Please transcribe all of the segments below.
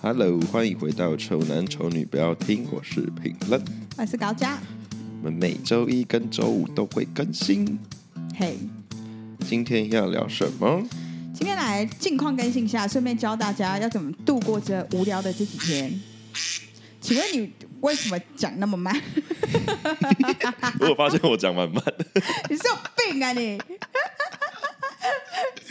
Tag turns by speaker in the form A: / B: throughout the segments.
A: Hello，欢迎回到《丑男丑女》，不要听，我是评论。
B: 我是高嘉。
A: 我们每周一跟周五都会更新。
B: 嘿、
A: 今天要聊什么？
B: 今天来近况更新一下，顺便教大家要怎么度过这无聊的这几天。请问你为什么讲那么慢？
A: 哦我有发现我讲蛮慢的，
B: 你是有病啊你！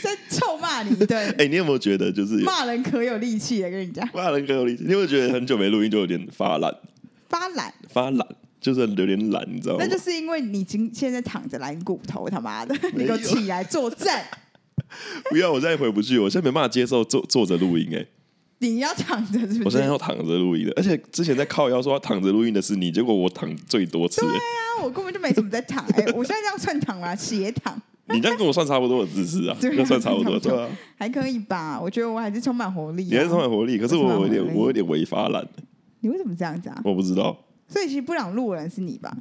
B: 真臭骂你，对，
A: 哎、你有没有觉得就是
B: 骂人可有力气啊了，跟你讲，
A: 骂人可有理解？你有没有觉得很久没录音就有点发懒？
B: 发懒，
A: 发懒就是有点懒，你知道吗
B: 那？就是因为你今现在躺着懒骨头，他妈的，
A: 没
B: 你给
A: 有
B: 我起来作战！
A: 不要，我现在回不去，我现在没办法接受坐坐着录音、 哎，
B: 你要躺着是不
A: 我现
B: 是？
A: 在要躺着录音的，而且之前在靠腰说要躺着录音的是你，结果我躺最多次、
B: 对
A: 哎
B: 啊，我根本就没怎么在躺，哎、我现在这样算躺吗？斜躺
A: 你这样跟我算差不多的姿势啊，
B: 对啊
A: 那算差不多，
B: 差不多
A: 对啊，
B: 还可以吧？我觉得我还是充满活力、啊。
A: 你还是充满活力，可是我有
B: 我充满活
A: 点
B: 力
A: 我有点违法懒，
B: 你为什么这样子啊？
A: 我不知道，
B: 所以其实不想录的人是你吧？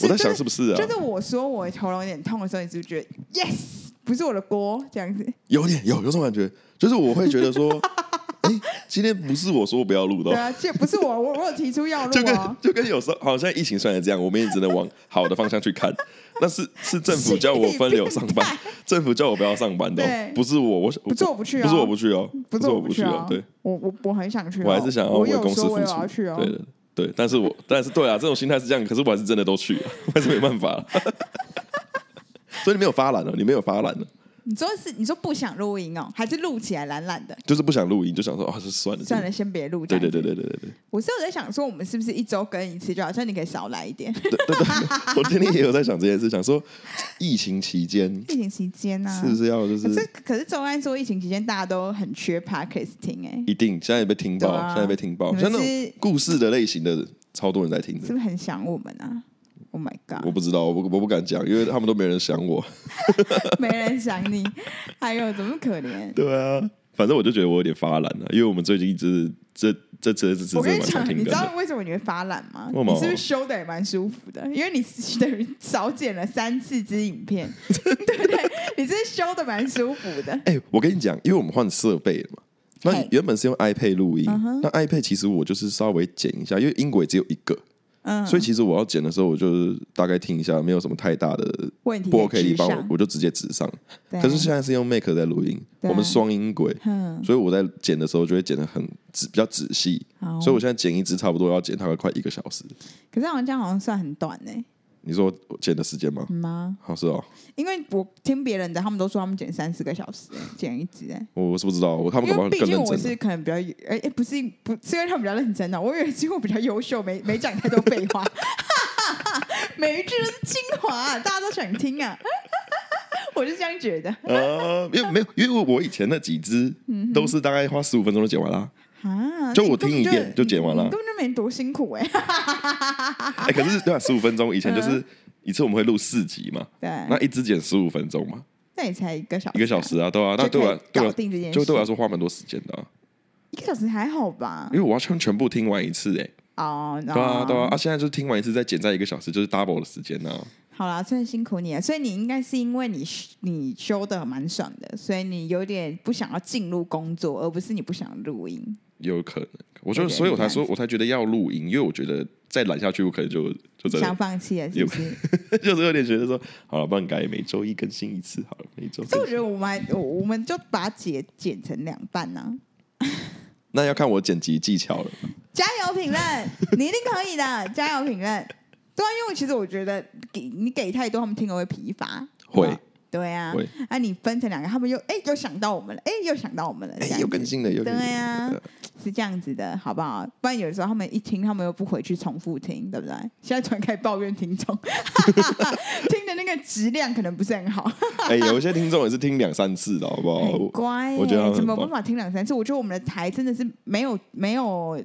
A: 我在
B: 所
A: 想
B: 以
A: 是不是啊
B: 就是，就是我说我喉咙有点痛的时候，你是不是觉得 yes 不是我的锅这样子？
A: 有点有有种感觉，就是我会觉得说， 哎、今天不是我说不要录的
B: 对
A: 哦。
B: 啊，这不是我，我我有提出要录
A: 就跟
B: 哦。
A: 就跟有时候好像疫情虽然这样，我们也只能往好的方向去看。那是是政府叫我分流上班，政府叫我不要上班的哦，
B: 对
A: 不是我，我
B: 不是我不去哦
A: 不是我不去哦，
B: 不
A: 是
B: 是我
A: 不
B: 不去
A: 哦
B: 啊，，
A: 对，
B: 我我我很想去哦、
A: 我还是想要
B: 我
A: 为
B: 有
A: 公司
B: 说
A: 付
B: 我也要去
A: 出，
B: 哦、
A: 对的对，但是我但是对啊，这种心态是这样，可是我还是真的都去了， 我还是没办法了。所以你没有发懒了，哦你没有发懒了，
B: 你说是你说不想录音哦，还是录起来懒懒的？
A: 就是不想录音，就想说啊，就算了，
B: 算了，先别录。
A: 对，对对对对对对
B: 我是有在想说，我们是不是一周更一次就好？像你可以少来一点。
A: 对对对，我今天也有在想这件事，想说疫情期间
B: 疫情期间呢、 啊？
A: 是不是要就是
B: 可是可是周安说，疫情期间大家都很缺 podcast 听哎、
A: 一定，现在也被听爆，
B: 对啊
A: 现在被听爆，
B: 你们
A: 像那
B: 是
A: 种故事的类型的，超多人在听
B: 是
A: 的。
B: 不是很想我们啊？Oh my
A: 我
B: god，
A: 不知道，我不我不敢讲，因为他们都没人想 我。
B: 没人想 你，哎呦，怎么可怜？
A: 对啊，反正我就觉得我有点发懒了，啊因为我们最近一直这这这这这
B: 我
A: 这
B: 跟你
A: 蛮
B: 讲
A: 常，听
B: 你知
A: 歌的
B: 道。为什么你会发懒吗？
A: 为什么
B: 你是不是修的也蛮舒服的？因为你是等于少剪了三四支 影片，对不对？你是修的蛮舒服的。
A: 哎、我跟你讲，因为我们换设备了嘛，那
B: 嘿
A: 原本是用 iPad 录音
B: 嗯哼
A: 那 iPad 其实我就是稍微剪一下，因为音轨只有一个，
B: 嗯，
A: 所以其实我要剪的时候，我就是大概听一下，没有什么太大的
B: 问题
A: 不
B: 在
A: OK 的地
B: 之
A: 方，我
B: 上。
A: 我就直接直上。
B: 对啊
A: 可是现在是用 Make 在录音，
B: 对啊
A: 我们双音轨，
B: 嗯，
A: 所以我在剪的时候就会剪的很仔，比较仔细。
B: 好。
A: 所以我现在剪一支差不多要剪大概快一个小时。
B: 可是好像这样好像算很短呢、
A: 你说我剪的时间吗？
B: 吗？
A: 好是哦，
B: 因为我听别人的，他们都说他们剪三四个小时、剪一支、哎。
A: 我我是不知道，我他们
B: 因
A: 搞不好
B: 为毕
A: 更
B: 竟
A: 认
B: 我
A: 真啊
B: 是
A: 了。
B: 可能比较，哎、哎，不是不是因为他们比较认真的、我以为是因为我比较优秀，没没讲太多废话， 每一句都是精华、大家都想听啊，我是这样觉得
A: 呃，因为没有，因为我以前那几支
B: 嗯
A: 都是大概花十五分钟就剪完 啦。
B: 啊，
A: 就
B: 那你
A: 我听
B: 根本
A: 一遍就剪完了
B: 你根本就没多辛苦哎、
A: 哎，可是对啊，十五分钟以前
B: 嗯
A: 就是一次我们会录四集嘛， 那
B: 对，
A: 一支剪十五分钟嘛，
B: 那也才一个小时、
A: 一个小，时啊，对啊，那
B: 就
A: 对我来
B: 可以
A: 对我
B: 搞定这件事
A: 就对我来说花蛮多时间的啊，
B: 一个小时还好吧
A: 因？为我要全全部听完一次哎。
B: 哦、
A: 对啊，对啊，啊，现在就是听完一次再减在一个小时，就是 double 的时间啊呢、
B: 好啦，真的辛苦你了。所以你应该是因为你你修的蛮爽的，所以你有点不想要进入工作，而不是你不想录音。
A: 有可能。我就
B: 对对
A: 所以我才
B: 这
A: 说
B: 样，
A: 我才觉得要录音，因为我觉得再懒下去，我可能就 就真
B: 想
A: 的
B: 放弃了，是不是？
A: 就是有点觉得说，好了，不然改每周一更新一次好了，每周更
B: 所以我
A: 新。
B: 觉得我们还我我们就把它剪剪成两半呢、啊
A: 那要看我剪辑技巧了。
B: 加油评论，你一定可以的，加油评论。对啊，因为其实我觉得给你给太多，他们听了会疲乏。
A: 会
B: 好不好。对啊
A: 会，
B: 啊，你分成两个，他们又哎、又想到我们了，哎、又想到我们了，这
A: 哎、
B: 样
A: 有
B: 子
A: 更新的，有更新
B: 对
A: 的
B: 啊
A: 对
B: 是这样子的，好不好？不然有时候他们一听，他们又不回去重复听，对不对？现在突然开始抱怨听众， 听的那个质量可能不是很好，
A: 哎、有一些听众也是听两三次的，好不好？
B: 很
A: 哦我
B: 乖耶、
A: 我觉得他们很
B: 怎么有
A: 棒
B: 办法听两三次？我觉得我们的台真的是没有没有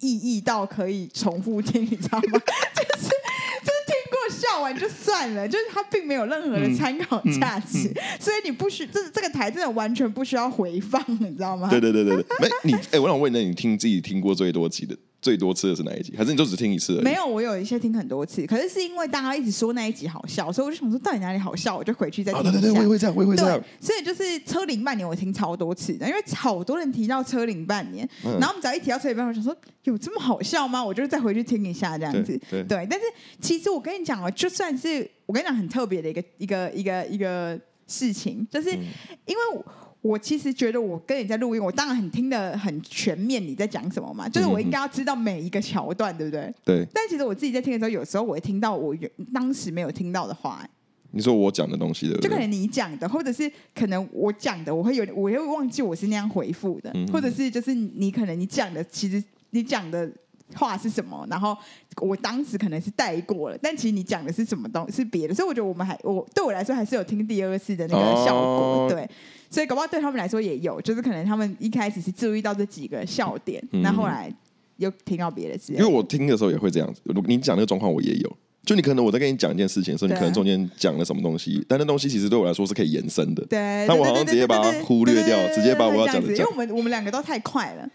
B: 意义到可以重复听，你知道 吗？就是就是听过笑完就算了，就是它并没有任何的
A: 嗯
B: 参考价值， 所以你不需这这个台真的完全不需要回放，你知道吗？
A: 对对对对对，没你哎、我想问一下，你听自己听过最多集的最多次的是哪一集？还是你就只听一次而已？
B: 没有，我有一些听很多次，可是是因为大家一直说那一集好笑，所以我就想说到底哪里好笑，我就回去再听
A: 啊，
B: 一下。
A: 对对对，我也会这样，我也会这样
B: 对。，所以就是车龄半年，我听超多次的，因为好多人提到车龄半年，
A: 嗯
B: 然后我们只要一提到车龄半年，我想说有这么好笑吗？我就是再回去听一下这样子。
A: 对对
B: 但是其实我跟你讲哦，就算是我跟你讲很特别的一个一个一个一个事情，就是因
A: 嗯
B: 为我。我其实觉得我跟你在录音，我当然很听得很全面你在讲什么嘛，
A: 嗯
B: 就是我应该要知道每一个桥段，对不对？
A: 对，
B: 但其实我自己在听的时候，有时候我会听到我原当时没有听到的话、哎
A: 你说我讲的东西，对不
B: 就可
A: 对？
B: 能你讲的，或者是可能我讲的，我会有点，我会忘记我是那样回复的，
A: 嗯
B: 或者是就是你可能你讲的，其实你讲的话是什么，然后我当时可能是带过了，但其实你讲的是什么东是别的，所以我觉得我们还我对我来说还是有听第二次的那个效果，
A: 哦
B: 对，所以搞不好对他们来说也有，就是可能他们一开始是注意到这几个笑点，
A: 嗯
B: 那、后来又听到别的之类
A: 因为
B: 的，
A: 我听的时候也会这样子，你讲那个状况我也有。就你可能我在跟你讲一件事情的时候，你
B: 对啊
A: 可能中间讲了什么东西，但那东西其实对我来说是可以延伸的。
B: 对，
A: 但我
B: 对
A: 好像
B: 对对
A: 直接
B: 对
A: 把它
B: 对
A: 忽略
B: 对对
A: 掉
B: 对
A: 直接把
B: 对
A: 我要
B: 这样
A: 讲的
B: 子因
A: 讲
B: 为我们我们两个都太快了。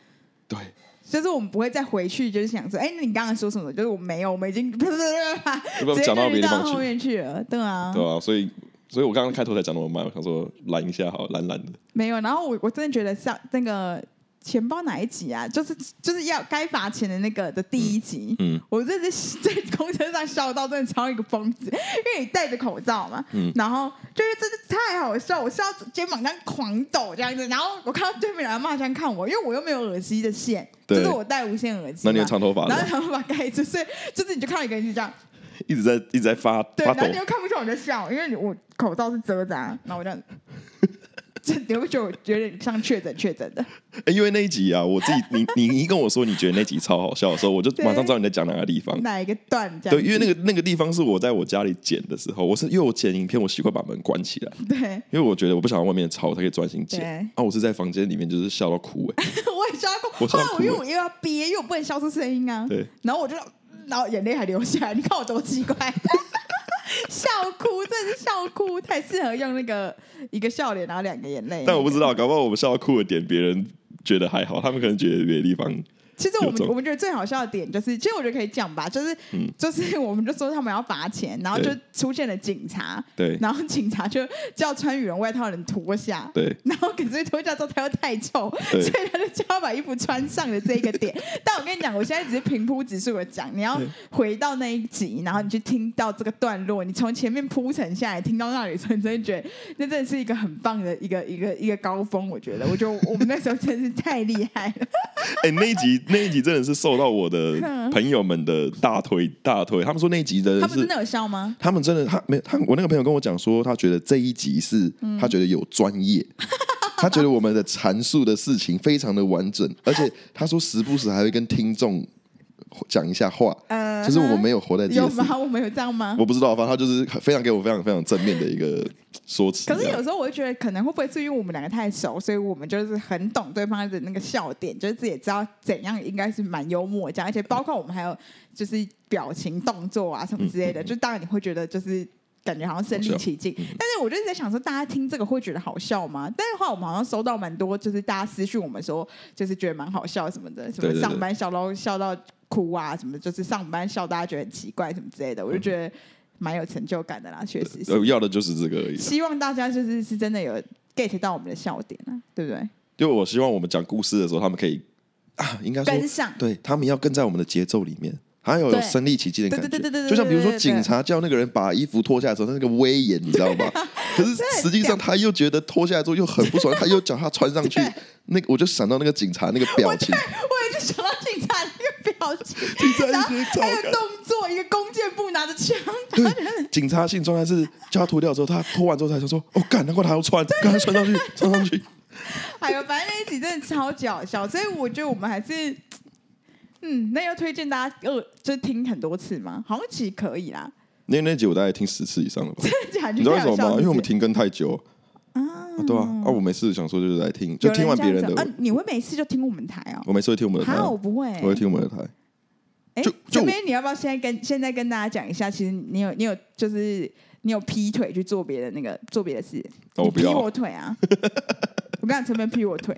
A: 对，
B: 就是我们不会再回去，就是想说，哎、那你刚刚说什么？就是我没有，我们已经
A: 要不要
B: 直接
A: 讲到
B: 就
A: 别的地
B: 到
A: 方
B: 后
A: 去？
B: 面去了，对啊，
A: 对啊，所以所以我刚刚开头才讲那么慢，我想说懒一下好了，懒懒的。
B: 没有。然后我我真的觉得像那个钱包哪一集啊，就是就是要该罚钱的那个的第一集，
A: 嗯嗯
B: 我真的是在公车上笑到真的超一个疯子，因为你戴着口罩嘛，
A: 嗯
B: 然后就是真的太好笑，我笑到肩膀这样狂抖这样子，然后我看到对面的阿妈这样看我，因为我又没有耳机的线，就
A: 对
B: 是我戴无线耳机
A: 那
B: 嘛，
A: 你有长头发的
B: 然
A: 吗
B: 后，想把它盖住，所以就是你就看到一个人是这样，
A: 一直在一直在发
B: 对，
A: 发
B: 然
A: 抖
B: 后你，又看不出我在笑，因为你我口罩是遮 着、啊，然后我这样，这你会觉得我有点像确诊确诊 的，
A: 欸因为那一集啊，我自 己你你你一跟我说你觉得那集超好笑的时候，我就
B: 对
A: 马上知道你在讲哪个地方。
B: 哪一个段这样
A: 对，
B: 子？
A: 因为那个那个地方是我在我家里剪的时候，我是因为我剪影片，我习惯把门关起来，
B: 对，
A: 因为我觉得我不想让外面吵，我才可以专心剪。啊，我是在房间里面就是笑到哭哎、欸
B: 我也笑过，
A: 我
B: 后
A: 笑
B: 来
A: 哭
B: 我因为我又要憋，因为我不能笑出声音啊，
A: 对，
B: 然后我就，然后眼泪还流下来，你看我多奇怪。 笑哭，真的是笑哭，太适合用那个一个笑脸，然后两个眼泪。
A: 但我不知道，搞不好我们笑到哭的点，别人觉得还好，他们可能觉得别的地方
B: 其实我
A: 有
B: 们
A: 种嗯
B: 我们觉得最好笑的点就是，其实我觉得可以讲吧，就是、就是我们就说他们要罚钱，然后就
A: 对
B: 出现了警察，
A: 对
B: 然后警察就叫穿羽绒外套的人脱下，
A: 对
B: 然后可是脱下之后他又太臭，所
A: 对
B: 以他就叫他把衣服穿上的这一个 点。但我跟你讲，我现在只是平铺直述的讲，你要回到那一集，然后你去听到这个段落，你从前面铺陈下来，听到那里的时候，你真的觉得那真的是一个很棒的一个一个一个高峰。我觉得，我觉得我们那时候真是太厉害了。
A: 哎、那一集那一集真的是受到我的 朋友们的大推大推，他们说那一集 真
B: 他
A: 的
B: 们真
A: 是。
B: 的有笑吗？
A: 他们真的，他没有他，我那个朋友跟我讲说，他觉得这一集是、
B: 嗯
A: 他觉得有专 业，他觉得我们的阐述的事情非常的完整，而且他说时不时还会跟听众讲一下话，
B: 呃，
A: 就是我们没有活在这
B: 有
A: 个世界
B: 吗？我们有这样吗？
A: 我不知道，反正他就是非常给我非常非常正面的一个说辞。
B: 可是
A: 这样
B: 有时候我会觉得，可能会不会是因为我们两个太熟，所以我们就是很懂对方的那个笑点，就是自己也知道怎样应该是蛮幽默这样，而且包括我们还有就是表情、动作啊什
A: 嗯
B: 么之类的，就当然你会觉得就是。感觉好像身临其境，
A: 嗯
B: 但是我就一直在想说，大家听这个会觉得好笑吗？但是后来我们好像收到蛮多，就是大家私讯我们说，就是觉得蛮好笑什么的，什
A: 对对
B: 么
A: 对
B: 上班笑到笑到哭啊，什么就是上班笑大家觉得很奇怪什么之类的，
A: 嗯
B: 我就觉得蛮有成就感的啦，确实是。
A: 呃要的就是这个而已。
B: 希望大家就是是真的有 get 到我们的笑点啊，对不对？
A: 就我希望我们讲故事的时候，他们可以啊，应该
B: 跟
A: 说
B: 上，
A: 对他们要跟在我们的节奏里面，还要有
B: 对
A: 身临其境的感觉。
B: 对对对对对
A: 就像比如
B: 对
A: 说
B: 对对对
A: 警察叫那个人把衣服脱下来的时候，那个威严，你知道 吗？可是实际上他又觉得脱下来之后又很不 爽，他又叫他穿上去
B: 对，
A: 那个我就想到那个警察那个表情，
B: 我也是想到警察那个表情，
A: 警察
B: 然
A: 一
B: 后
A: 直超
B: 还有
A: 感。
B: 动作，一个弓箭步拿着枪，
A: 对，警察性状态是叫他脱掉之后，他脱完之后才想说：“哦，干，难怪他要穿，赶快穿上去，穿上去。
B: 哎呦，反正那一集真的超级好笑，所以我觉得我们还是，嗯，那要推荐大家呃，就听很多次吗？好像其实可以啦，”
A: 那那集我大概听十次以上了吧？
B: 真的假的？
A: 你知道为什么
B: 就太好笑
A: 吗？因为我们
B: 是
A: 停更太久啊，对啊，啊，我每次想说就是来听，就
B: 不是
A: 听完别人
B: 有这样子
A: 的，
B: 啊，你会每次就听我们台哦？
A: 我每次会听我们的台
B: 哈，
A: 啊，
B: 我不会欸、
A: 我会听我们的台。
B: 哎
A: 就，就
B: 这边你要不要现在跟现在跟大家讲一下？其实你有你有就是你有劈腿去做别的那个做别的事，
A: 哦
B: 你
A: 我不
B: 劈
A: 要
B: 我腿啊！我刚才前面劈我腿，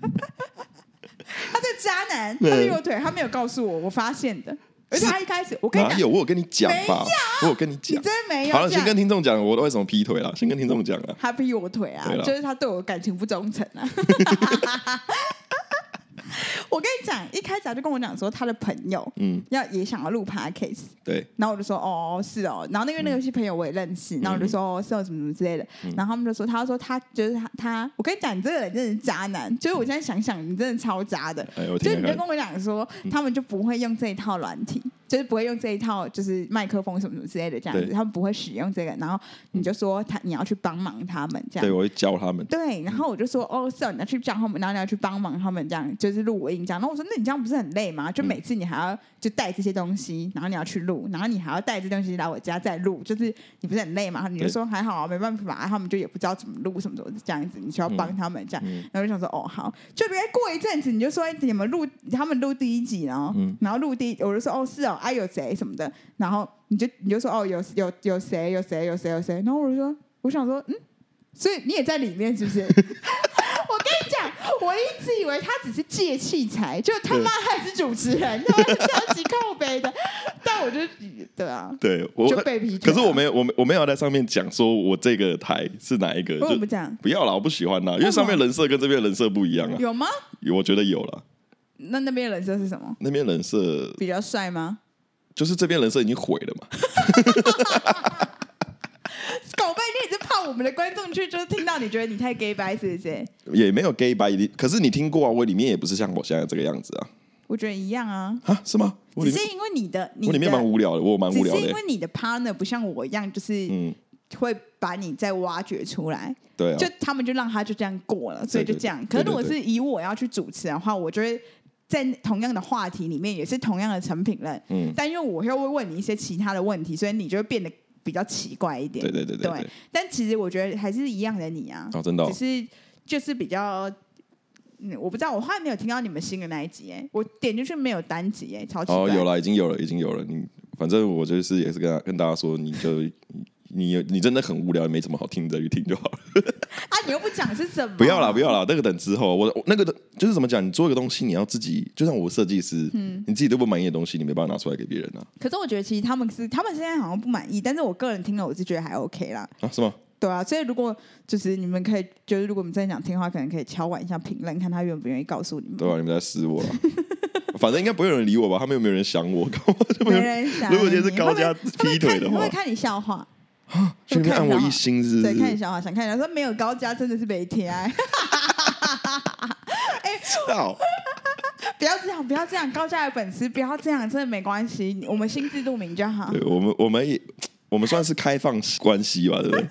B: 他这渣男，
A: 嗯
B: 他劈我腿，他没有告诉我，我发现的。而且他一开始，我跟你
A: 哪
B: 讲，
A: 有？我有跟你讲吧，我有跟你
B: 你
A: 讲。
B: 真没有
A: 好了，
B: 这
A: 先
B: 样。
A: 跟听众讲我为什么劈腿了，先跟听众讲啊。
B: 他劈我腿啊
A: 对啦，
B: 就是他对我感情不忠诚啊。 我跟你讲，一开始他就跟我讲说，他的朋友
A: 嗯，
B: 要也想要录 podcast，
A: 对，
B: 然后我就说哦是哦，然后那
A: 嗯
B: 个那个是朋友我也认识，然后我就说哦是哦什么什么之类的，然后他们就说他说他就是他他，我跟你讲你这个人真的是渣男，就是我现在想想你真的超渣的，
A: 哎，我
B: 就
A: 嗯听嗯
B: 是
A: 听
B: 你就
A: 看。
B: 跟我讲说他们就不会用这一套软体，就是不会用这一套就是麦克风什么什么之类的这样子，
A: 对嗯
B: 他们不会使用这个，然后你就说他你要去帮忙他们这
A: 对，
B: 样。
A: 我会教他们。嗯
B: 对，然后我就说，哦，是哦，你要去教他们，然后你要去帮忙他们，这样就是录音这样。然后我说，那你这样不是很累吗？
A: 嗯
B: 就每次你还要就带这些东西，然后你要去录，然后你还要带这东西来我家再录，就是你不是很累吗？你就
A: 对
B: 说还好啊，没办法啊，他们就也不知道怎么录什么什么这样子，你需要帮他们这样。
A: 嗯，
B: 然后就想说，哦，好，就别过一阵子你就说你们录他们录第一集，然后、
A: 嗯
B: 然后录第一，我就说哦是哦，啊有谁什么的，然后你就你就说哦有有有谁有谁有谁有谁，然后我就说我想说嗯，所以你也在里面是不是？ 我跟你讲，我一直以为他只是借器材，就他妈还是主持人，他妈是超级靠背的， 但我就对啊，
A: 对我
B: 就，被劈腿
A: 可
B: 啊、
A: 是我没有，我没我没有在上面讲说我这个台是哪一个，
B: 为什
A: 就
B: 么讲
A: 不要啦，我不喜欢啦，因为上面人设跟这边人设不一样啊。
B: 有吗？
A: 我觉得有啦，
B: 那那边的人设是什么？
A: 那边人设
B: 比较帅吗？
A: 就是这边人设已经毁了嘛。
B: 搞半天，你是怕我们的观众去就是听到你觉得你太 gay 白是不是？
A: 也没有 gay 吧，一定。可是你听过啊，我里面也不是像我现在这个样子啊，
B: 我觉得一样啊，
A: 啊，是吗？我
B: 只
A: 里面
B: 是因为你的你
A: 我
B: 的
A: 里面蛮无聊的，我蛮无
B: 只
A: 聊
B: 是
A: 的
B: 因
A: 欸、
B: 为你的 partner 不像我一样，就是
A: 嗯，
B: 会把你再挖掘出来，
A: 对啊
B: 就，他们就让他就这样过了，所以就这样。可
A: 对对对
B: 是如果是以我要去主持的话，我就会在同样的话题里面，也是同样的成品论，
A: 嗯，
B: 但因为我又会问你一些其他的问题，所以你就会变得比较奇怪一点。
A: 对对对对对，
B: 但其实我觉得还是一样的你啊，
A: 哦，真的、哦
B: 只，是就是比较，嗯，我不知道，我后来没有听到你们新的那一集，哎，我点进去没有单集，哎，超奇怪。
A: 哦，有了，已经有了，已经有了。你反正我就是也是跟跟大家说，你就你有你真的很无聊，没什么好听的，就听就好了。
B: 啊，你又不讲是什么？
A: 不要啦，不
B: 要。
A: 要啦，那个等之后，我我那个就是怎么讲，你做一个东西，你要自己，就像我设计师，
B: 嗯
A: 你自己都不满意的东西，你没办法拿出来给别人啊，
B: 可是我觉得其实他们是，他们现在好像不满意，但是我个人听了我是觉得还 OK 啦，
A: 啊，是吗？
B: 对啊。所以如果就是你们可以，就是如果我们真的想听的话，可能可以敲碗一下评论，看他愿不愿意告诉你们。
A: 对吧、啊你们在撕我啦。反正应该不会有人理我吧？他们又没有人想我，干嘛就没
B: 没
A: 有人？
B: 人想。
A: 如果今天是高家
B: 你会不会
A: 劈腿的
B: 会不会
A: 话，
B: 看你笑话，
A: 去那边按我一星是不
B: 对，看你
A: 是？
B: 笑话，想看人说没有高家真的是没啊天爱。
A: 操！
B: 不要这样，不要这样，高价的粉丝不要这样，真的没关系，我们心知肚明就好。
A: 对我们，我们也，我们算是开放式关系吧，对 不对？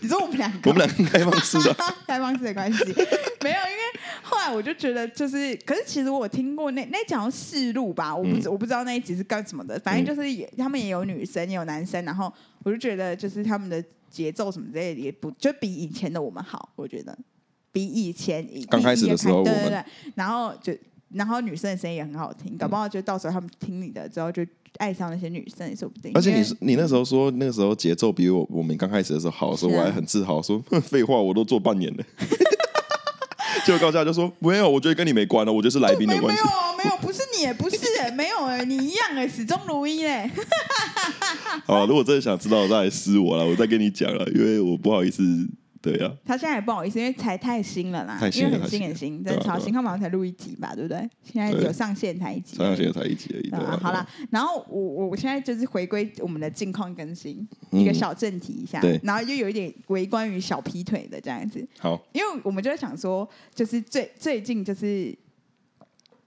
B: 你说我们两个，
A: 我们两个开放式的，
B: 开放式的关系 没有，因为后来我就觉得，就是，可是其实我听过那那讲试录吧，我不
A: 嗯
B: 知、我不知道那一集是干什么的，反正就是也他们也有女生也有男生，然后我就觉得就是他们的节奏什么之类的也不就比以前的我们好，我觉得比以前以
A: 刚开始的时候
B: 比以前
A: 我们
B: 对对对，然后就然后女生的声音也很好听，搞不好就到时候他们听你的之后就爱上那些女生也说不定。
A: 而且
B: 因为
A: 你是你那时候说那个时候节奏比我我们刚开始的时候好的时候，
B: 是啊
A: 我还很自豪说， 哼废话，我都做半年了。 结果高嘉就说没有，我觉得跟你没关了，我觉得是来宾
B: 没
A: 的
B: 有
A: 关
B: 没
A: 系
B: 有。啊没有，不是你耶，不是 耶没有哎，你一样哎，始终如一哎。
A: 好啊了，如果真的想知道，再来私我了，我再跟你讲了，因为我不好意思。对啊，
B: 他现在也不好意思，因为才太新了啦，
A: 太新了
B: 因为
A: 太
B: 很
A: 新
B: 新
A: 了
B: 很新，真的
A: 对啊
B: 超新，他们好像才录一集吧，对不对？现在
A: 对
B: 有上线才一集，
A: 上上学才一集而已。对
B: 对啊
A: 啊，对
B: 好
A: 啊
B: 啦，，然后我我我现在就是回归我们的近况更新，
A: 嗯
B: 一个小正题一下
A: 对，
B: 然后又有一点围观于小劈腿的这样子，
A: 好，
B: 因为我们就在想说，就是最最近就是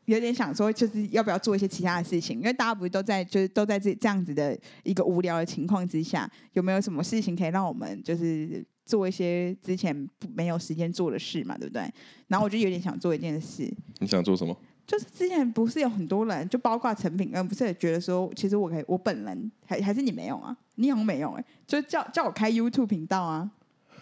B: 有点想说，就是要不要做一些其他的事情，因为大家不是都在就是都在这这样子的一个无聊的情况之下，有没有什么事情可以让我们就是做一些之前不没有时间做的事嘛，对不对？然后我就有点想做一件事，
A: 你想做什么？
B: 就是之前不是有很多人，就包括陈品恩，不是也觉得说，其实我可以，我本人还还是你没有啊，你好像没有哎、就叫叫我开 YouTube 频道啊，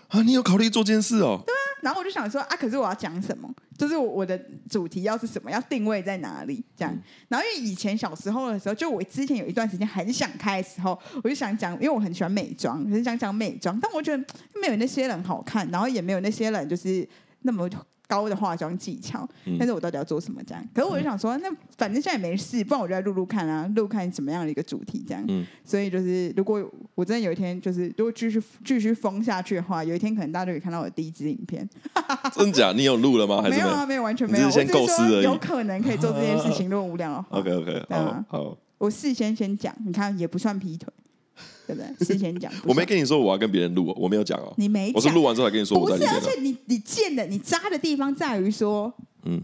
A: 啊，你有考虑做这件事哦？
B: 然后我就想说啊，可是我要讲什么？就是我我的主题要是什么，要定位在哪里？这样。然后因为以前小时候的时候，就我之前有一段时间很想开的时候，我就想讲，因为我很喜欢美妆，很想讲美妆，但我觉得没有那些人好看，然后也没有那些人就是那么高的化妆技巧，但是我到底要做什么这样？可是我就想说，那反正现在也没事，不然我就来录录看啊，录看什么样的一个主题这样。
A: 嗯
B: 所以就是，如果我真的有一天就是如果继续继续封下去的话，有一天可能大家就可以看到我的第一支影片。
A: 真假？你有录了哦吗？还是
B: 啊没
A: 没
B: 有
A: 有
B: 啊，没有，完全
A: 你
B: 没
A: 只
B: 有。
A: 是
B: 我
A: 先
B: 只是
A: 构思
B: 说
A: 而已
B: 有可能可以做这件事情，如果无聊的话。
A: ？OK OK，
B: 对啊
A: 好好，
B: 我事先先讲，你看也不算劈腿， 对不对？事先讲，不算
A: 我没跟你说我要跟别人录哦，我没有讲哦，
B: 你没
A: 我是
B: 讲，
A: 录完之后才跟你说
B: 不
A: 我在里
B: 是，而
A: 面的。
B: 且你你贱的，你渣的地方在于说，
A: 嗯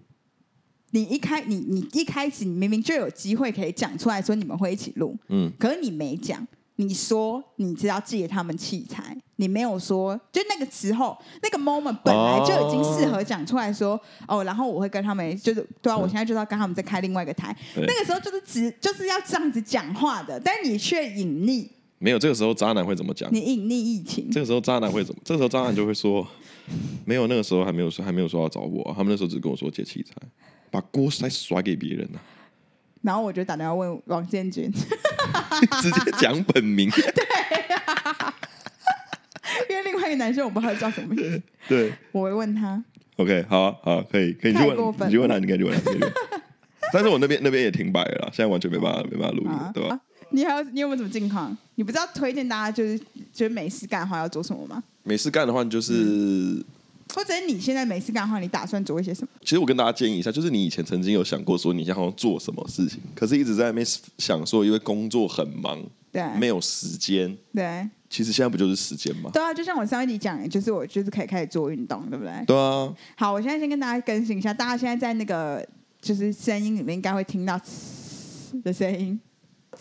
B: 你一开你你一开始你明明就有机会可以讲出来说你们会一起录，
A: 嗯，
B: 可是你没讲，你说你只要借他们器材，你没有说，就那个时候那个 moment
A: 哦
B: 本来就已经适合讲出来说哦然后我会跟他们就是对啊，我现在就是要跟他们再开另外一个台，
A: 对
B: 那个时候就是只就是要这样子讲话的，但你却隐匿，
A: 没有。这个时候渣男会怎么讲？
B: 你隐匿疫情，
A: 嗯这个时候渣男会怎么？这个时候渣男就会说，没有，那个时候还没有说，还没有说要找我啊、他们那时候只跟我说借器材，把锅塞甩给别人呢、啊
B: 然后我就打电话问王建 军，
A: 直接讲本名。
B: 因为另外一个男生我不知道叫什么名字，
A: 对
B: 我会问他，
A: ，OK，好啊、好啊、可以，可以，你去
B: 太过
A: 问，你
B: 分了
A: 去问他，你可以去问他，你可以去问他。 但是我那边那边也停摆了啦，现在完全没办法没办法录音了
B: 啊，
A: 嗯对吧？
B: 你还有你有没有什么近况？你不知道推荐大家就是就是没事干的话要做什么吗？
A: 没事干的话，你就是、
B: 或者你现在没事干的话，你打算做一些什么？
A: 其实我跟大家建议一下，就是你以前曾经有想过说你想要做什么事情，可是一直在那边想说，因为工作很忙，
B: 对
A: 没有时间。
B: 对
A: 其实现在不就是时间吗？
B: 对啊，就像我上一集讲的，就是我就是可以开始做运动，对不对？
A: 对啊，
B: 好，我现在先跟大家更新一下，大家现在在那个就是声音里面应该会听到嘶的声音，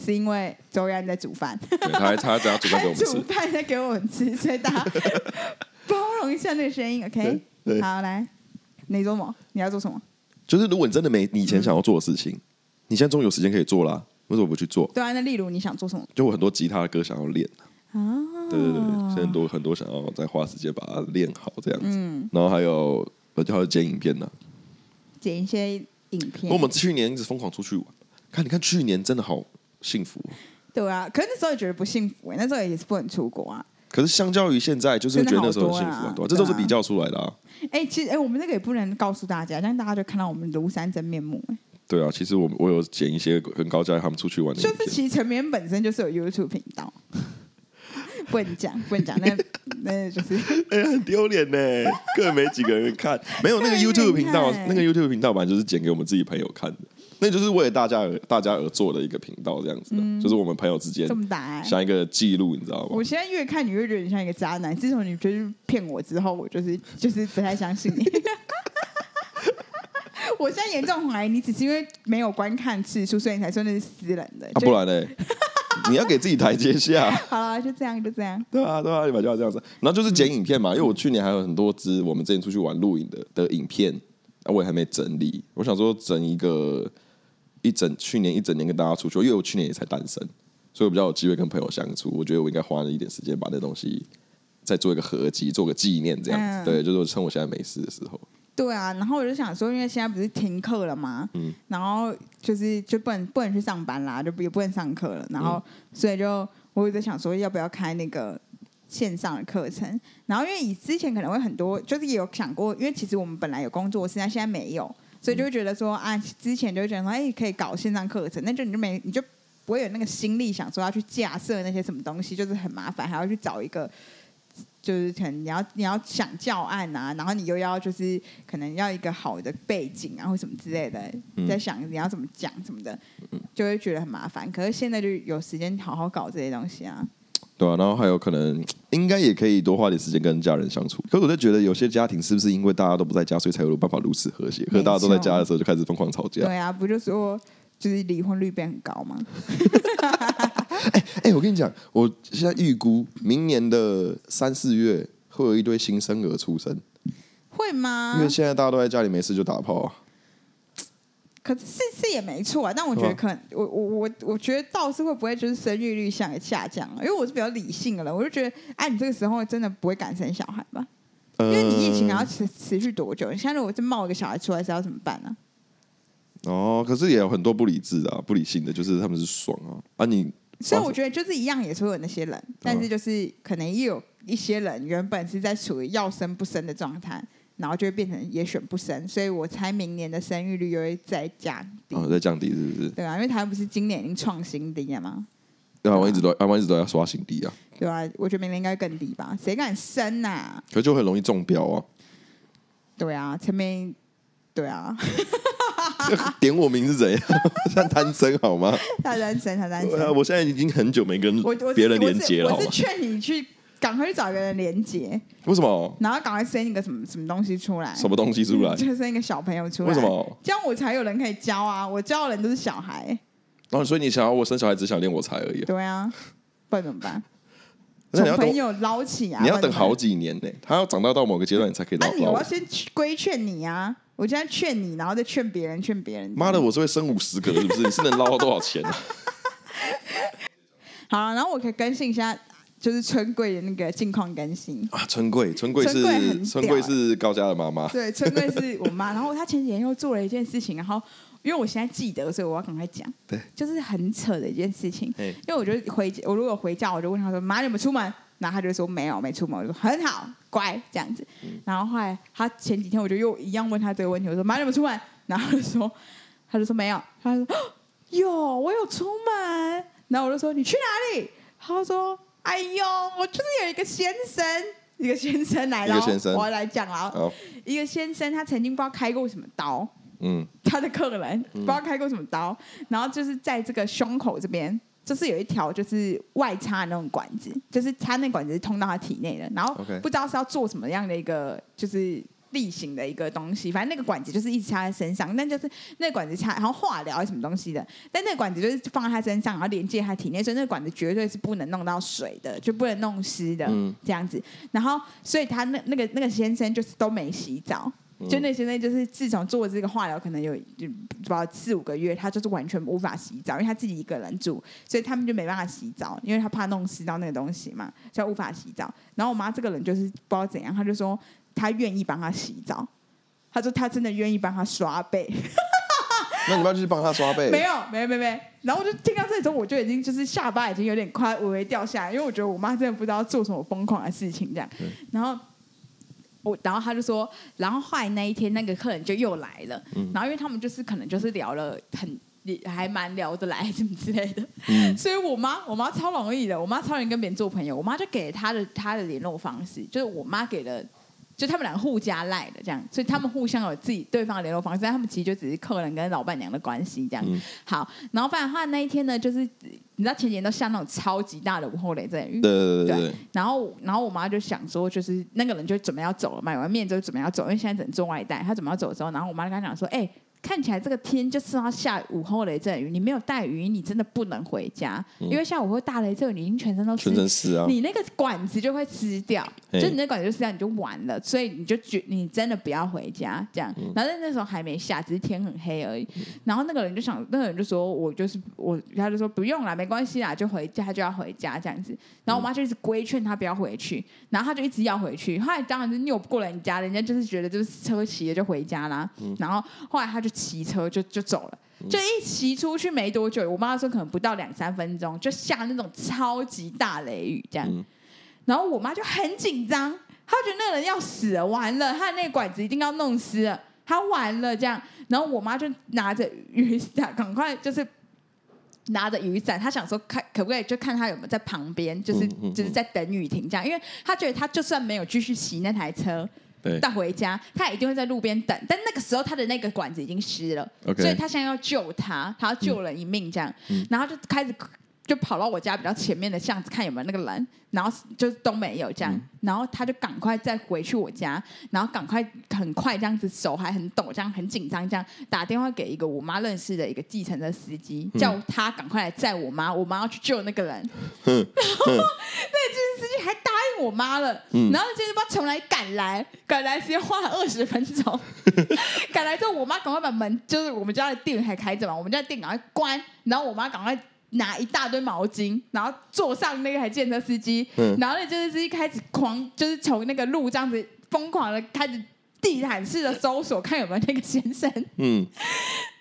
B: 是因为周然在煮饭，
A: 对，他还他等下煮饭给我们
B: 煮
A: 吃。
B: 饭在给我们吃，所以大家包容一下那个声音，OK？
A: 对对
B: 好，来，你做什么？你要做什么？
A: 就是如果你真的没你以
B: 嗯
A: 前想要做的事情，你现在终于有时间可以做啦，为什么不去做？
B: 对啊，那例如你想做什么
A: 就我很多吉他的歌想要练，
B: 啊？
A: 对对对，现在很多很多想要再花时间把它练好这样子。
B: 嗯
A: 然后还有呃还有剪影片呢，
B: 剪一些影片。
A: 我们去年一直疯狂出去玩，看你看去年真的好幸福哦、
B: 对啊，可是那时候也觉得不幸福、欸，那时候也是不能出国啊。
A: 可是相较于现在，就是会觉得那时候很幸福、啊，
B: 真的好多
A: 对吧、
B: 啊
A: 这都是比较出来的啊。
B: 哎、其实哎、我们那个也不能告诉大家，但大家就看到我们庐山真面目、欸。
A: 对啊，其实我我有剪一些跟高嘉他们出去玩的
B: 就
A: 影
B: 是
A: 片，
B: 其实陈明本身就是有 YouTube 频 道，不能讲，不能讲，那 那就是
A: 哎、很丢脸呢，根本没几个人看。没有那个
B: 根本没人
A: YouTube 频道
B: 看，
A: 那个 YouTube 频道本来就是剪给我们自己朋友看的，那就是为了大家而大家而做的一个频道，这样子的、啊就是我们朋友之间
B: 嗯这 么大、欸。
A: 像一个记录，你知道吗
B: 我？现在越看你越觉得你像一个渣男。自从你就是骗我之后，我就是就是不太 相信你。我现在严重怀疑你只是因为没有观看次数，所以你才说那是私人的。
A: 啊，
B: 就
A: 不然 呢？你要给自己台阶下，
B: 好了，就这样，就这样。
A: 对啊，对啊，你本来就要这样子。然后就是剪影片嘛，因为我去年还有很多支我们之前出去玩录影的的影片，啊，我也还没整理。我想说整一个一整去年一整年跟大家出去，因为我去年也才单身，所以我比较有机会跟朋友相处。我觉得我应该花了一点时间把那东西再做一个合集，做个纪念这样
B: 嗯
A: 子。对，就是我趁我现在没事的时候，
B: 对啊，然后我就想说，因为现在不是停课了嘛，
A: 嗯
B: 然后就是就不能不能去上班啦，就不也不能上课了，然后、所以就我也在想说，要不要开那个线上的课程？然后因为以之前可能会很多，就是也有想过，因为其实我们本来有工作室，但现在没有，所以就会觉得说啊，之前就会觉得说，哎，可以搞线上课程，那就你就没你就不会有那个心力想说要去架设那些什么东西，就是很麻烦，还要去找一个。就是可能你要你要想教案啊，然后你又要就是可能要一个好的背景啊，或什么之类的，
A: 嗯
B: 在想你要怎么讲什么的，就会觉得很麻烦。可是现在就有时间好好搞这些东西啊。
A: 对啊，然后还有可能应该也可以多花点时间跟家人相处。可是我就觉得有些家庭是不是因为大家都不在家，所以才有办法如此和谐？可是大家都在家的时候就开始疯狂吵架。
B: 对啊，不就说就是离婚率变很高吗？
A: 哎、我跟你讲，我现在预估明年的三四月会有一堆新生儿出生，
B: 会
A: 因
B: 吗
A: 为？现在大家都在家里没事就打炮啊。
B: 可是是是也没错啊，但我觉
A: 是
B: 得
A: 吧
B: 可能我我我我觉得倒是会不会就是生育率下下降啊了？因为我是比较理性的人，我就觉得哎，你这个时候真的不会敢生小孩吧？
A: 呃
B: 因为你疫情还啊要持持续多久？你现在如果真冒一个小孩出来是要怎么办啊呢、
A: 哦，可是也有很多不理智的、啊、不理性的，就是他们是爽啊啊你
B: 所以我觉得就是一样，也是会有那些人，但
A: 嗯
B: 是就是可能也有一些人原本是在处于要生不生的状态，然后就会变成也选不生，所以我猜明年的生育率又会再降低，
A: 哦，在降低是不是？
B: 对啊，因为台湾不是今年已经创新低了吗？
A: 台湾一直都台湾一直都要刷新低啊，
B: 对啊，我觉得明年应该更低吧，谁敢生呐、
A: 可就很容易中标啊。
B: 对啊，前面对啊，
A: 点我名是怎样？ 像单身好吗？
B: 他单身，他单身
A: 对。啊，我现在已经很久没跟
B: 我我是
A: 别人连接了，好
B: 我是
A: 吗
B: 我是？劝你去赶快去找一个人连接，
A: 为什么？
B: 然后赶快生一个什么什么东西 出来，
A: 什么东西出来
B: 嗯？就生一个小朋友出来。
A: 为什？么？
B: 这样我才有人可以教啊！我教的人都是小孩，
A: 然后哦所以你想要我生小孩，只想练我才而已啊。
B: 对啊，不然怎么办？
A: 那
B: 从
A: 你要
B: 朋
A: 等，
B: 友捞起啊！
A: 你要
B: 不然
A: 等
B: 怎么
A: 好几年呢、他要长大到某个阶段，你才可以
B: 办。
A: 捞
B: 啊，你
A: 捞
B: 我要
A: 我。
B: 先规劝你啊！我现在劝你，然后再劝别人，劝别人。
A: 妈的，我是会生五十个的，是不是？你是能捞到多少钱啊？
B: 好了，然后我可以更新一下，就是春贵的那个近况更新。
A: 啊，春桂，春桂
B: 春桂很
A: 是春桂
B: 屌
A: 是高家的妈妈，
B: 对，春桂是我 妈，然后她前几天又做了一件事情，然后因为我现在记得，所以我要赶快讲，
A: 对，
B: 就是很扯的一件事情。
A: 嘿，
B: 因为我就回，我如果回家，我就问她说：“妈，你们出门？”然后她就说：“没有，没出门。”我就说：“很好，乖，这样子。”
A: 嗯
B: 然后后来她前几天我就又一样问她这个问题，我说：“妈，你们出门？”然后她就说：“她就说没有。”她就说：“有，我有出门。”然后我就说：“你去哪里？”她说：“哎呦，我就是有一个先生。”一个先生来
A: 一个
B: 了，然后
A: 先生
B: 我要来讲了，
A: 好，
B: 一个先生，他曾经不知道开过什么刀，
A: 嗯，
B: 他的客人不知道开过什么刀，然后就是在这个胸口这边，就是有一条就是外插的那种管子，就是他那管子是通到他体内的，然后
A: OK
B: 不知道是要做什么样的一个就是。例行的一个东西，反正那个管子就是一直插在身上，但就是那个管子插，然后化疗还是什么东西的，但那个管子就是放在他身上，然后连接他体内，所以那个管子绝对是不能弄到水的，就不能弄湿的、
A: 嗯
B: 这样子。然后，所以他那那个那个先生就是都没洗澡，就那先生就是自从做了这个化疗，可能有就不知道四五个月，他就是完全无法洗澡，因为他自己一个人住，所以他们就没办法洗澡，因为他怕弄湿到那个东西嘛，所以无法洗澡。然后我妈这个人就是不知道怎样，她就说她愿意帮他洗澡，她说她真的愿意帮他刷背。
A: 那你要去帮他刷背，
B: 没有，没有，没有，没有。然后我就听到这里之后，我就已经就是下巴已经有点快微微掉下来，因为我觉得我妈真的不知道做什么疯狂的事情这样
A: 对。
B: 然后我，然后她就说，然后后来那一天那个客人就又来了，然后因为他们就是可能就是聊了很。也还蛮聊得来什么之类的，
A: 嗯
B: 所以我妈我妈超容易的，我妈超容易跟别人做朋友，我妈就给她的她的联络方式，就是我妈给了就他们俩互加赖的这样，所以他们互相有自己对方的联络方式，但他们其实就只是客人跟老板娘的关系这样。
A: 嗯
B: 好，然后反正后来那一天呢，就是你知道前几天都下那种超级大的午后雷阵雨，
A: 对对对对对，
B: 然后然后我妈就想说，就是那个人就准备要走了，买完面之后准备要走，因为现在只能做外带，她准备要走的时候，然后我妈就跟她讲说，哎、看起来这个天就是要下午后雷阵雨，你没有带雨衣，你真的不能回家，因为下午会大雷阵雨，你已经全身都湿
A: 全身湿啊，
B: 你那个管子就会吃掉，
A: 嘿
B: 就你那管子就吃掉，你就完了，所以你就觉你真的不要回家这样。
A: 嗯
B: 然后但那时候还没下，只是天很黑而已。然后那个人就想，那个人就说我就是我，他就说不用啦，没关系啦，就回家他就要回家这样子。然后我妈就一直规劝他不要回去，然后他就一直要回去。后来当然就拗不过人家，人家就是觉得就是车骑了就回家啦。
A: 嗯
B: 然后后来他就骑车就就走了。就一骑出去没多久，我妈说可能不到两三分钟，就下那种超级大雷雨这样。
A: 嗯
B: 然后我妈就很紧张，她觉得那个人要死了，完了，她的那个管子一定要弄湿了，她完了这样。然后我妈就拿着雨伞，赶快就是拿着雨伞，她想说看可不可以就看她有没有在旁边，就是、
A: 嗯嗯嗯
B: 就是在等雨停这样，因为她觉得她就算没有继续骑那台车，
A: 对
B: 到回家，他一定会在路边等。但那个时候他的那个管子已经湿了
A: OK
B: 所以他现在要救他，他要救人一命这样，然后就开始就跑到我家比较前面的巷子看有没有那个人，然后就都没有这样，然后他就赶快再回去我家，然后赶快很快这样子手还很抖，这样很紧张这样打电话给一个我妈认识的一个计程车司机，叫他赶快来载我妈，我妈要去救那个人。司机还答应我妈了，然后就是把从来赶来，赶来时间花了二十分钟， 赶来之后我妈赶快把门，就是我们家的店还开着嘛，我们家的店赶快关，然后我妈赶快。拿一大堆毛巾，然后坐上那个还见车司机，
A: 嗯
B: 然后那建车司机开始狂，就是从那个路这样子疯狂的开始地毯式的搜索，看有没有那个先生。
A: 嗯，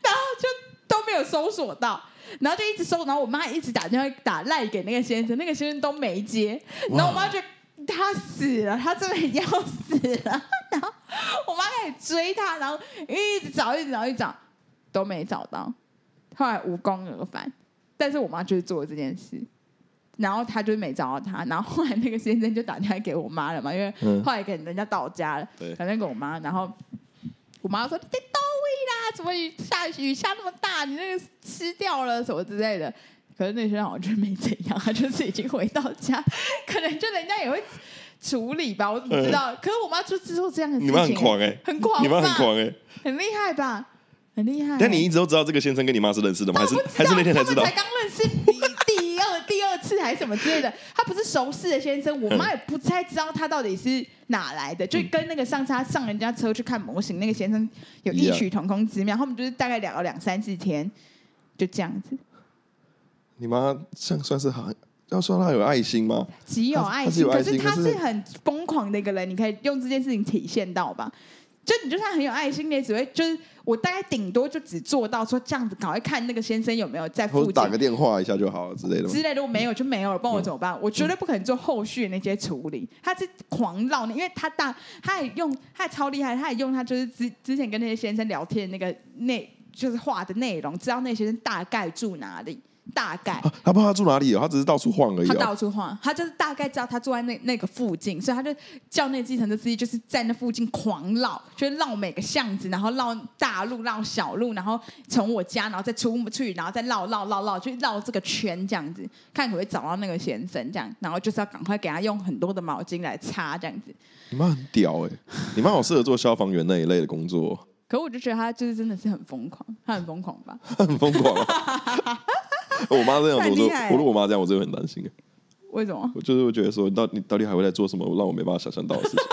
B: 然后就都没有搜索到，然后就一直搜，然后我妈一直打电话打赖给那个先生，那个先生都没接，然后我妈就他死了，他真的要死了， 然后我妈开始追他，然后一直找，一直找，一直找，都没找到。后来无功而返，但是我妈就是做了这件事，然后她就是没找到他。然后后来那个先生就打电话给我妈了嘛，因为
A: 嗯
B: 后来给人家到家了，
A: 对
B: 打电话给我妈，然后我妈说：“你在到位啦，怎么雨下雨下那么大，你那个湿掉了什么之类的。”可是那些人好像就没怎样， 他就是已经回到家，可能就人家也会处理吧，我怎么知道？可是我妈就做这样的事情，
A: 嗯你妈
B: 啊
A: 很狂哎、
B: 很狂吧，
A: 你妈很狂哎、
B: 很厉害吧？很厉害。
A: 但你一直都知道这个先生跟你妈是认识的吗？还是还是那天才知道
B: 他们才？刚认识你第二第二次还是什么之类的，他不是熟识的先生，我妈也不太知道他到底是哪来的，
A: 嗯
B: 就跟那个上次他上人家车去看模型那个先生有异曲同工之妙，他们就是大概聊了两三四天，就这样子，
A: 你妈像算是很，要说她有爱心吗？
B: 极有爱
A: 他是
B: 心，
A: 有爱
B: 可
A: 心
B: 是他
A: 可
B: 是
A: 是
B: 很疯狂的一个人，你可以用这件事情体现到吧。就你就算很有爱心，你也只会就是我大概顶多就只做到说这样子，赶快看那个先生有没有在啊
A: 或
B: 附
A: 者
B: 近，
A: 打个电话一下就好了之类的吗？嗯
B: 之类的，如果没有就没有了，帮我怎么办？我绝对不可能做后续的那些处理。他是狂绕那，因为他大，他也用，他也超厉害，他也用他就是之之前跟那些先生聊天的那个内，就是话的内容，知道那些先生大概住哪里，大概。
A: 啊她不知道她住哪里哦，她只是到处晃而已
B: 他
A: 哦。
B: 到处晃，他就是大概知道他住在那那个附近，所以他就叫那计程车司机就是在那附近狂绕，就是绕每个巷子，然后绕大路，绕小路，然后从我家，然后再出去，然后再绕绕绕绕，就绕这个圈这样子，看可不可以找到那个先生这样，然后就是要赶快给他用很多的毛巾来擦这样子。
A: 你妈很屌哎、你妈好适合做消防员那一类的工作哦、
B: 可我就觉得他就是真的是很疯狂，他很疯狂吧？
A: 她很疯狂、啊。 我妈这样子，
B: 太
A: 我说
B: 厉害了
A: 我如果我妈这样，我真的会很担心哎、
B: 为什么？
A: 我就是会觉得说，你到你到底还会在做什么让我没办法想象到的 事情？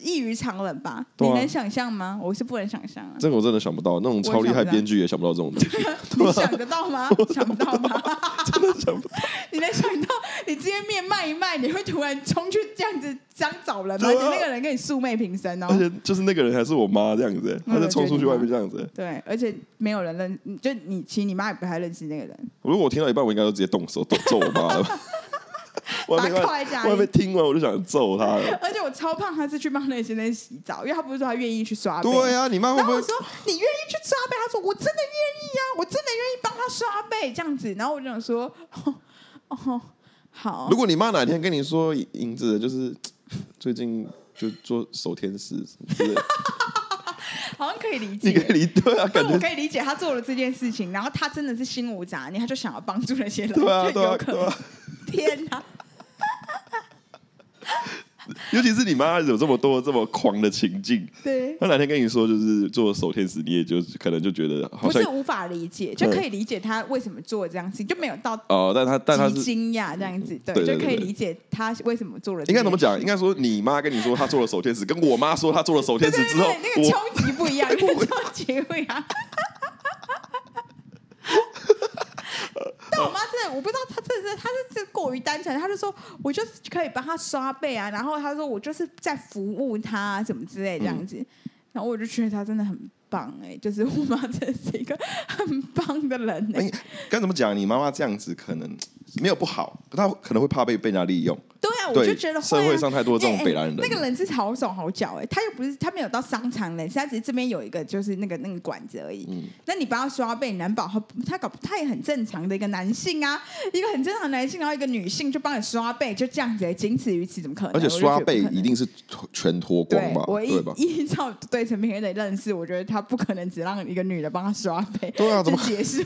B: 异于常人吧？
A: 对
B: 你
A: 啊
B: 能想象吗？我是不能想象啊。
A: 这个我真的想不到，那种超厉害编剧也想不到这种东西，
B: 你想得到 吗？想不到吗？
A: 真的想不到。
B: 你能想到你今天面卖一卖，你会突然冲去这样子想找人吗？而
A: 对
B: 且
A: 啊
B: 那个人跟你素昧平生
A: 而
B: 哦。
A: 且就是那个人还是我妈这样子、欸，
B: 嗯
A: 她就冲出去外面这样子、欸。
B: 对，而且没有人认，就你其实你妈也不太认识那个人。
A: 如果我听到一半，我应该就直接动手揍揍我妈了 吧。我还没
B: 把她扣在家里
A: 我还没听完，我就想揍她了。
B: 而且我超胖，她是去帮那个先生洗澡，因为她不是说她愿意去刷背。
A: 对啊，你妈会
B: 然
A: 不
B: 后
A: 会
B: 我？说你愿意去刷背，她说我真的愿意啊，我真的愿意帮她刷背这样子。然后我就想说，哦，哦好
A: 如，果你妈哪天跟你说银子，就是最近就做守天使什么之类的，
B: 好像可以理
A: 你
B: 解
A: 可。以理对 啊，
B: 但
A: 感
B: 我
A: 觉
B: 可以理解他做了这件事情，然后他真的是心无杂念，他就想要帮助那些人，
A: 对 啊
B: 就
A: 对啊
B: 有可能。
A: 对啊，
B: 天哪！
A: 尤其是你妈有这么多这么狂的情境，
B: 对，
A: 她哪天跟你说就是做守天使，你也就可能就觉得好
B: 不
A: 像
B: 是无法理解，就可以理解他为什么做这样事情，就没有到
A: 哦，但她但她
B: 极
A: 是
B: 惊讶这样子，对，
A: 对对
B: 就可以
A: 对
B: 理解他为什么做了。
A: 应该怎么？讲？应该说你妈跟你说她做了守天使，跟我妈说她做了守
B: 对
A: 天
B: 对
A: 使
B: 对
A: 之后
B: 对，，那个
A: 我
B: 冲击不一样，那个冲击不一样。但我妈真的，我不知道她真的是，她是过于单纯，她就说我就是可以帮她刷背啊，然后她说我就是在服务她啊什么之类这样子，然后我就觉得她真的很棒哎、就是我妈真的是一个很棒的人哎、
A: 哎该怎么讲？你妈妈这样子可能没有不好，她可能会怕被被人家利用。
B: 对啊，我
A: 对
B: 就觉得
A: 社
B: 会啊
A: 会上太多这种
B: 哎哎
A: 北兰人
B: 那个人是好手好脚哎、他又不是他没有到商场人士，他只是这边有一个就是那个那个馆子而已。
A: 嗯
B: 那你帮他刷背，难保他他搞他也很正常的一个男性啊，一个很正常的男性，然后一个女性就帮你刷背，就这样子、哎，仅此于此，怎么可能？
A: 而且
B: 我就觉
A: 刷
B: 得
A: 背
B: 不可能
A: 一定是全脱光
B: 对
A: 吧，？
B: 我
A: 对吧
B: 依？依照对陈平的认识，我觉得他不可能只让一个女的帮他刷背，
A: 对啊，怎
B: 就
A: 么
B: 结束？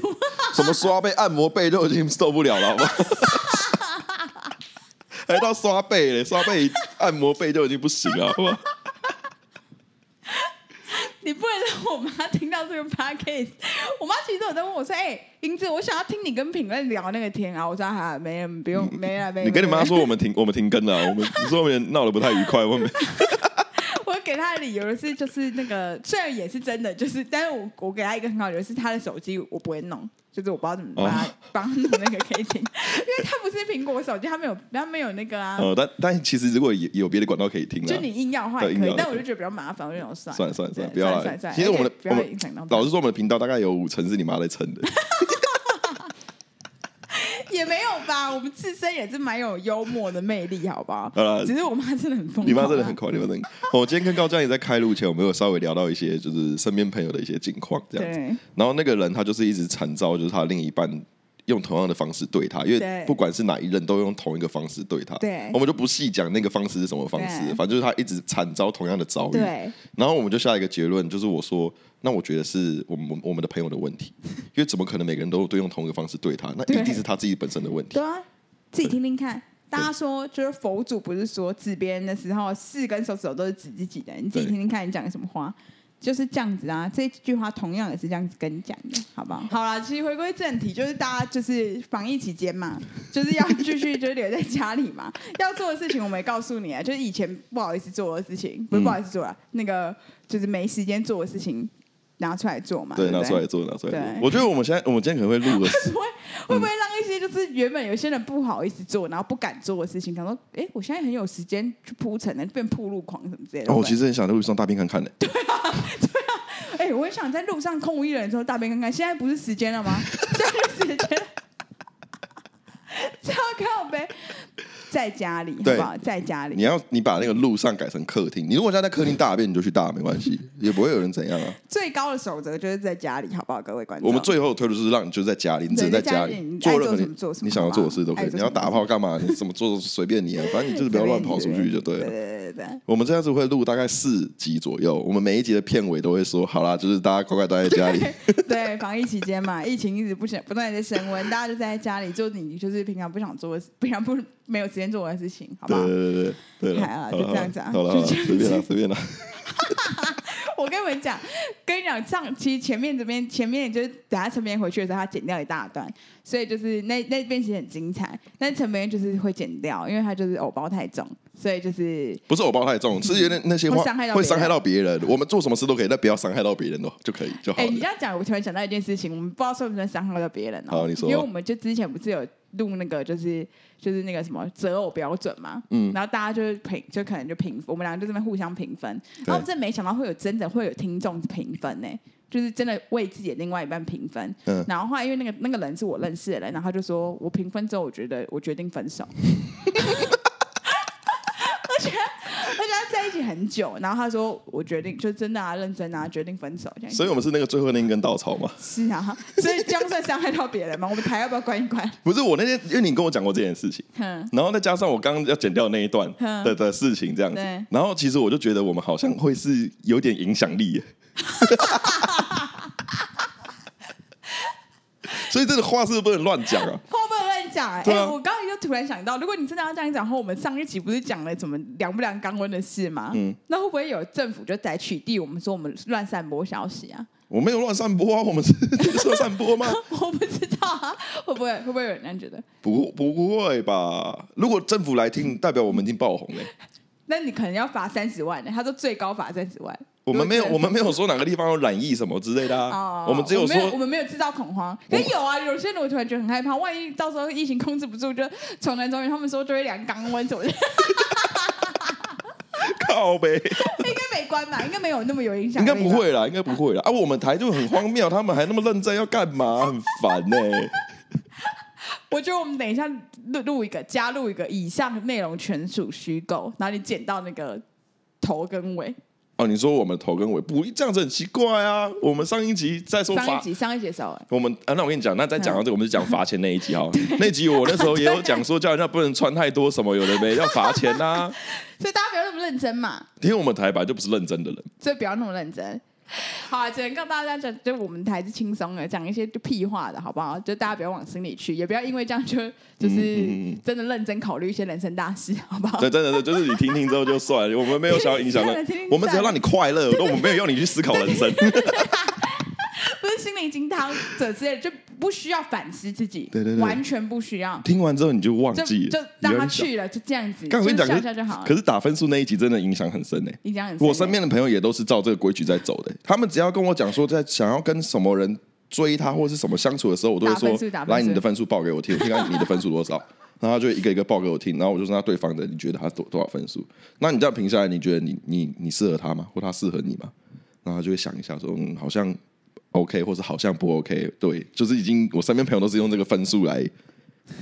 A: 什么刷背、按摩背都已经受不了了，好 吗？还到刷背嘞，刷背、按摩背就已经不行了，好吗？
B: 你不能让我妈听到这个 podcast。我 妈其实都有在问我说：“哎、英子，我想要听你跟评论聊那个天啊。”我说：“啊，没人，不用，没了，没了。”
A: 你跟你妈
B: 没了，
A: 说我们停，我们停更了，我们你说我们闹得不太愉快，我 们
B: 我给她的理由是，就是那个虽然也是真的，就是，但是我我给她一个很好的理由是，她的手机我不会弄，就是我不知道怎么帮她
A: 哦
B: 帮她弄那个 K 听，因为她不是苹果手机，她没有她没有那个啊。
A: 呃，但但其实如果有有别的管道可以听
B: 就
A: 了，
B: 你硬要的话也
A: 对硬
B: 可以
A: 要，
B: 但我就觉得比较麻烦，我就想算
A: 算了算了
B: 对
A: 算了，不要
B: 算了
A: 了。
B: 算了
A: 其实我们
B: 而
A: 的
B: 且不
A: 我
B: 要
A: 们
B: 影响到她
A: 老实说，我们的频道大概有五成是你妈在撑的。
B: 也没有吧，啦，我们自身也是蛮有幽默的魅力，好不好？
A: 好了
B: 只，是我妈真的很疯狂啊，
A: 你妈真的很狂，你妈真的很狂。我今天跟高嘉颖在开录前，我们有稍微聊到一些就是身边朋友的一些近况，这样子。
B: 对，
A: 然后那个人他就是一直惨遭，就是他另一半用同样的方式对他，因为
B: 对
A: 不管是哪一任都用同一个方式对他。
B: 对
A: 我们就不细讲那个方式是什么方式，
B: 对
A: 反正就是他一直惨遭同样的遭遇。
B: 对，
A: 然后我们就下一个结论，就是我说，那我觉得是我们我们的朋友的问 题，因为怎么可能每个人都都用同一个方式对他？那一定
B: 对
A: 是他自己本身的问题
B: 对。啊，自己听听看。大家说，就是佛祖不是说指别人的时候，四根手指头都是指自己的，你自己
A: 对
B: 听听看，你讲什么话，就是这样子啊。这句话同样也是这样子跟你讲的，好不好？好啦，其实回归正题，就是大家就是防疫期间嘛，就是要继续就留在家里嘛，要做的事情我们也告诉你啊，就是以前不好意思做的事情，不是
A: 嗯
B: 不好意思做了，那个就是没时间做的事情拿出来做嘛，对
A: 对，
B: 不对，
A: 拿出来做，拿出来做
B: 对。
A: 我觉得我们现在，我们今天可能会 录个
B: 会会不会让一些就是原本有些人不好意思做，然后不敢做的事情，想说，哎、我现在很有时间去铺陈了，变铺路狂什么之类的。
A: 哦，我
B: 会不会
A: 其实很想在路上大便看看的、
B: 哎、我也想在路上空无一人的时候大便看看，现在不是时间了吗？现在是时间了，这样看呗，在家里好
A: 对
B: 不好？在家
A: 你
B: 里，
A: 要你把那个路上改成客厅，你如果现在在客厅大便，你就去大没关系，也不会有人怎样啊。
B: 最高的守则就是在家里，好不好？各位观众，
A: 我们最后的推论就是让你就在家里，你只能在家
B: 对在家里
A: 里
B: 你
A: 做
B: 爱
A: 任何
B: 做什
A: 你
B: 么做什么
A: 你想要做的事都可
B: 好
A: 以
B: 吧。
A: 你要打炮干嘛？你怎么做都随便你啊，反正你就是不要乱跑出去就对
B: 对
A: 了。
B: 对对对
A: 我们这样子会录大概四集左右，我们每一集的片尾都会说，好啦，就是大家乖乖待在家里。
B: 对，对，防疫期间嘛，疫情一直不想不断地在升温，大家就在家里做你就是平常不想做的事，平常不没有时间做的事情， 好不
A: 对
B: 好？
A: 对对对对了，
B: 哎呀
A: 好
B: 就这样子啊
A: 好了，好
B: 就
A: 了，
B: 这
A: 随便啦，
B: 样
A: 随便啦。
B: 我跟你们讲，跟你讲，上期前面这边前面就是等下陈明回去的时候，他剪掉一大段，所以就是那那边其实很精彩，但陈明就是会剪掉，因为他就是偶包太重，所以就是
A: 不是我包太重，是有点那些话
B: 会伤害到别人
A: 会伤害到别人。我们做什么事都可以，但不要伤害到别人哦，就可以就好
B: 哎、你
A: 了
B: 这。样讲，我突然想到一件事情，我们不知道算不算伤害到别人哦。
A: 好你说
B: 因为我们就之前不是有录那个，就是就是那个什么择偶标准嘛，
A: 嗯
B: 然后大家就是评，就可能就评，我们两个就这边互相评分，然后我真的没想到会有真的会有听众评分呢、欸就是真的为自己的另外一半评分，
A: 嗯
B: 然后后来因为那个那个人是我认识的人，然后他就说我评分之后，我觉得我决定分手，而且他在一起很久，然后他说我决定就真的啊认真啊决定分手这样，
A: 所以我们是那个最后那一根稻草嘛。
B: 是 啊，所以这样算伤害到别人吗？我们台要不要关一关？
A: 不是我那天，因为你跟我讲过这件事情，
B: 哼，
A: 然后再加上我刚刚要剪掉那一段
B: 嗯
A: 的的事情，这样子
B: 对。
A: 然后其实我就觉得我们好像会是有点影响力 耶。所以这个话是不是不能乱讲啊？
B: 会不会乱讲、欸？哎、
A: 对啊
B: 我刚刚就突然想到，如果你真的要这样讲的话，我们上一集不是讲了怎么量不量肛温的事吗？
A: 嗯
B: 那会不会有政府就在取缔我们说我们乱散播消息啊？
A: 我没有乱散播啊，我们是 是要散播吗？
B: 我不知道啊， 会不会会不会有人这样觉得？
A: 不不会吧？如果政府来听，代表我们已经爆红了。
B: 那你可能要罚三十万呢、他说最高罚三十万。
A: 我们没有，
B: 如
A: 我
B: 果
A: 们没有说哪个地方有染疫什么之类的啊
B: 哦，，
A: 我们只有
B: 没我
A: 说
B: 们没有制造恐慌，可有啊，有些人我突然觉得很害怕，万一到时候疫情控制不住，就从南中原他们说就会量肛温什么的，
A: 靠呗，
B: 应该没关吧？应该没有那么有影响，
A: 应该不。会啦，应该不会啦。啊，我们台就很荒谬，他们还那么认真要干嘛？很烦欸呢。
B: 我觉得我们等一下录录一个，加入一个，以上内容全属虚构，然后你剪到那个头跟尾。
A: 哦，你说我们头跟尾不这样子很奇怪啊？我们上一集在说
B: 上一
A: 罚，
B: 集嗯上一集的时候，
A: 我们啊，那我跟你讲，那再讲到这个，我们就讲罚钱那一集哈。 那集我那时候也有讲说，叫人家不能穿太多什么，有的没要罚钱呐。
B: 所以大家不要那么认真嘛，
A: 因为我们台本来就不是认真的人。
B: 所以不要那么认真。好、啊，只能告诉大家讲，就我们还是轻松的，讲一些就屁话的好不好？就大家不要往心里去，也不要因为这样就就是真的认真考虑一些人生大事，好不好
A: 嗯对，？真的是，就是你听听之后就算了，我们没有想要影响到
B: 听听听听，
A: 我们只要让你快乐，但我们没有要你去思考人 生。
B: 不是心灵鸡汤者之类的，就不需要反思自己，
A: 对对对
B: 完全不需要，
A: 听完之后你就忘
B: 就
A: 记了，
B: 就
A: 你就
B: 让他
A: 会想。
B: 去了，就这样子，
A: 刚我跟你讲，
B: 就
A: 可
B: 笑笑就好
A: 是
B: 了。
A: 可是打分数那一集真的影响很深呢、欸
B: 你这样子，
A: 我身边的朋友也都是照这个规矩在走的、他们只要跟我讲说在想要跟什么人追他或是什么相处的时候，我都会
B: 打分数
A: 说
B: 打：“分数
A: 来，你的分数报给我听，我听看你的分数多少。”然后他就一个一个报给我听，然后我就说那对方的，你觉得他多多少分数？那你这样评下来，你觉得你你你适合他吗？或他适合你吗？然后他就会想一下说：“嗯，好像 OK，或者好像不 OK。”对，就是已经我身边朋友都是用这个分数来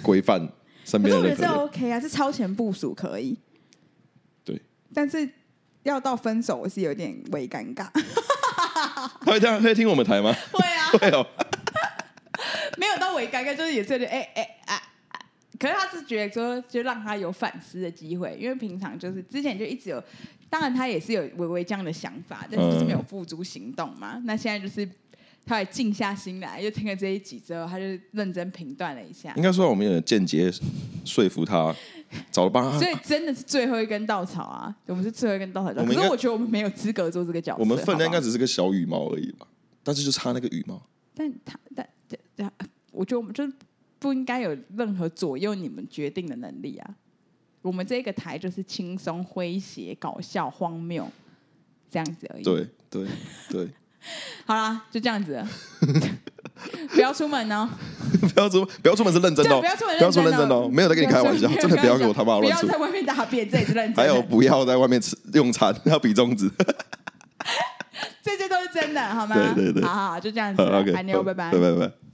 A: 规范身
B: 可
A: 边
B: 是
A: 的
B: 我觉
A: 任
B: 得
A: 何
B: 这
A: 人。
B: OK 啊，是超前部署可以。
A: 对。
B: 但是要到分手，我是有点微尴 尬。
A: 他会这样，他会听我们 台吗？
B: 会啊，
A: 会哦，
B: 没有到微尴尬，就是也是有点哎哎啊。啊可是他是觉得说，就让他有反思的机会，因为平常就是之前就一直有，当然他也是有微微这样的想法，但是就是
A: 嗯
B: 没有付诸行动嘛。那现在就是他也静下心来，就听了这一集之后，他就认真评断了一下
A: 应，该说我们有间接说服他，找了帮他
B: 所以真的是 最后一根稻草啊！我们是最后一根稻草，
A: 我们
B: 可
A: 应
B: 是
A: 该
B: 我觉得我们没有资格做这个角色，
A: 我们分量应该
B: 好不好
A: 只是个小羽毛而已吧，但是就差那个羽毛。
B: 但他但但但，我觉得我们就是不应该有任何左右你们决定的能力啊！我们这个台就是轻松、诙谐、搞笑、荒谬这样子而已。，
A: 对对对，
B: 好啦，就这样子了 不要出门哦，
A: 不要出不要出门是认 真的、
B: 对，
A: 哦
B: 不，要出门，
A: 不要出认真的哦，没有在跟你开玩笑，真的不要
B: 给
A: 给我他妈
B: 不
A: 乱
B: 要
A: 出。
B: 在外面大便，这也是认真的。
A: 还有不要在外面吃用餐，要比中指。
B: 这些都是真的，好吗？
A: 对对对
B: 好好，就这样子
A: 好
B: 了，
A: OK，
B: 安妞，
A: 好
B: 拜拜
A: 拜。拜拜。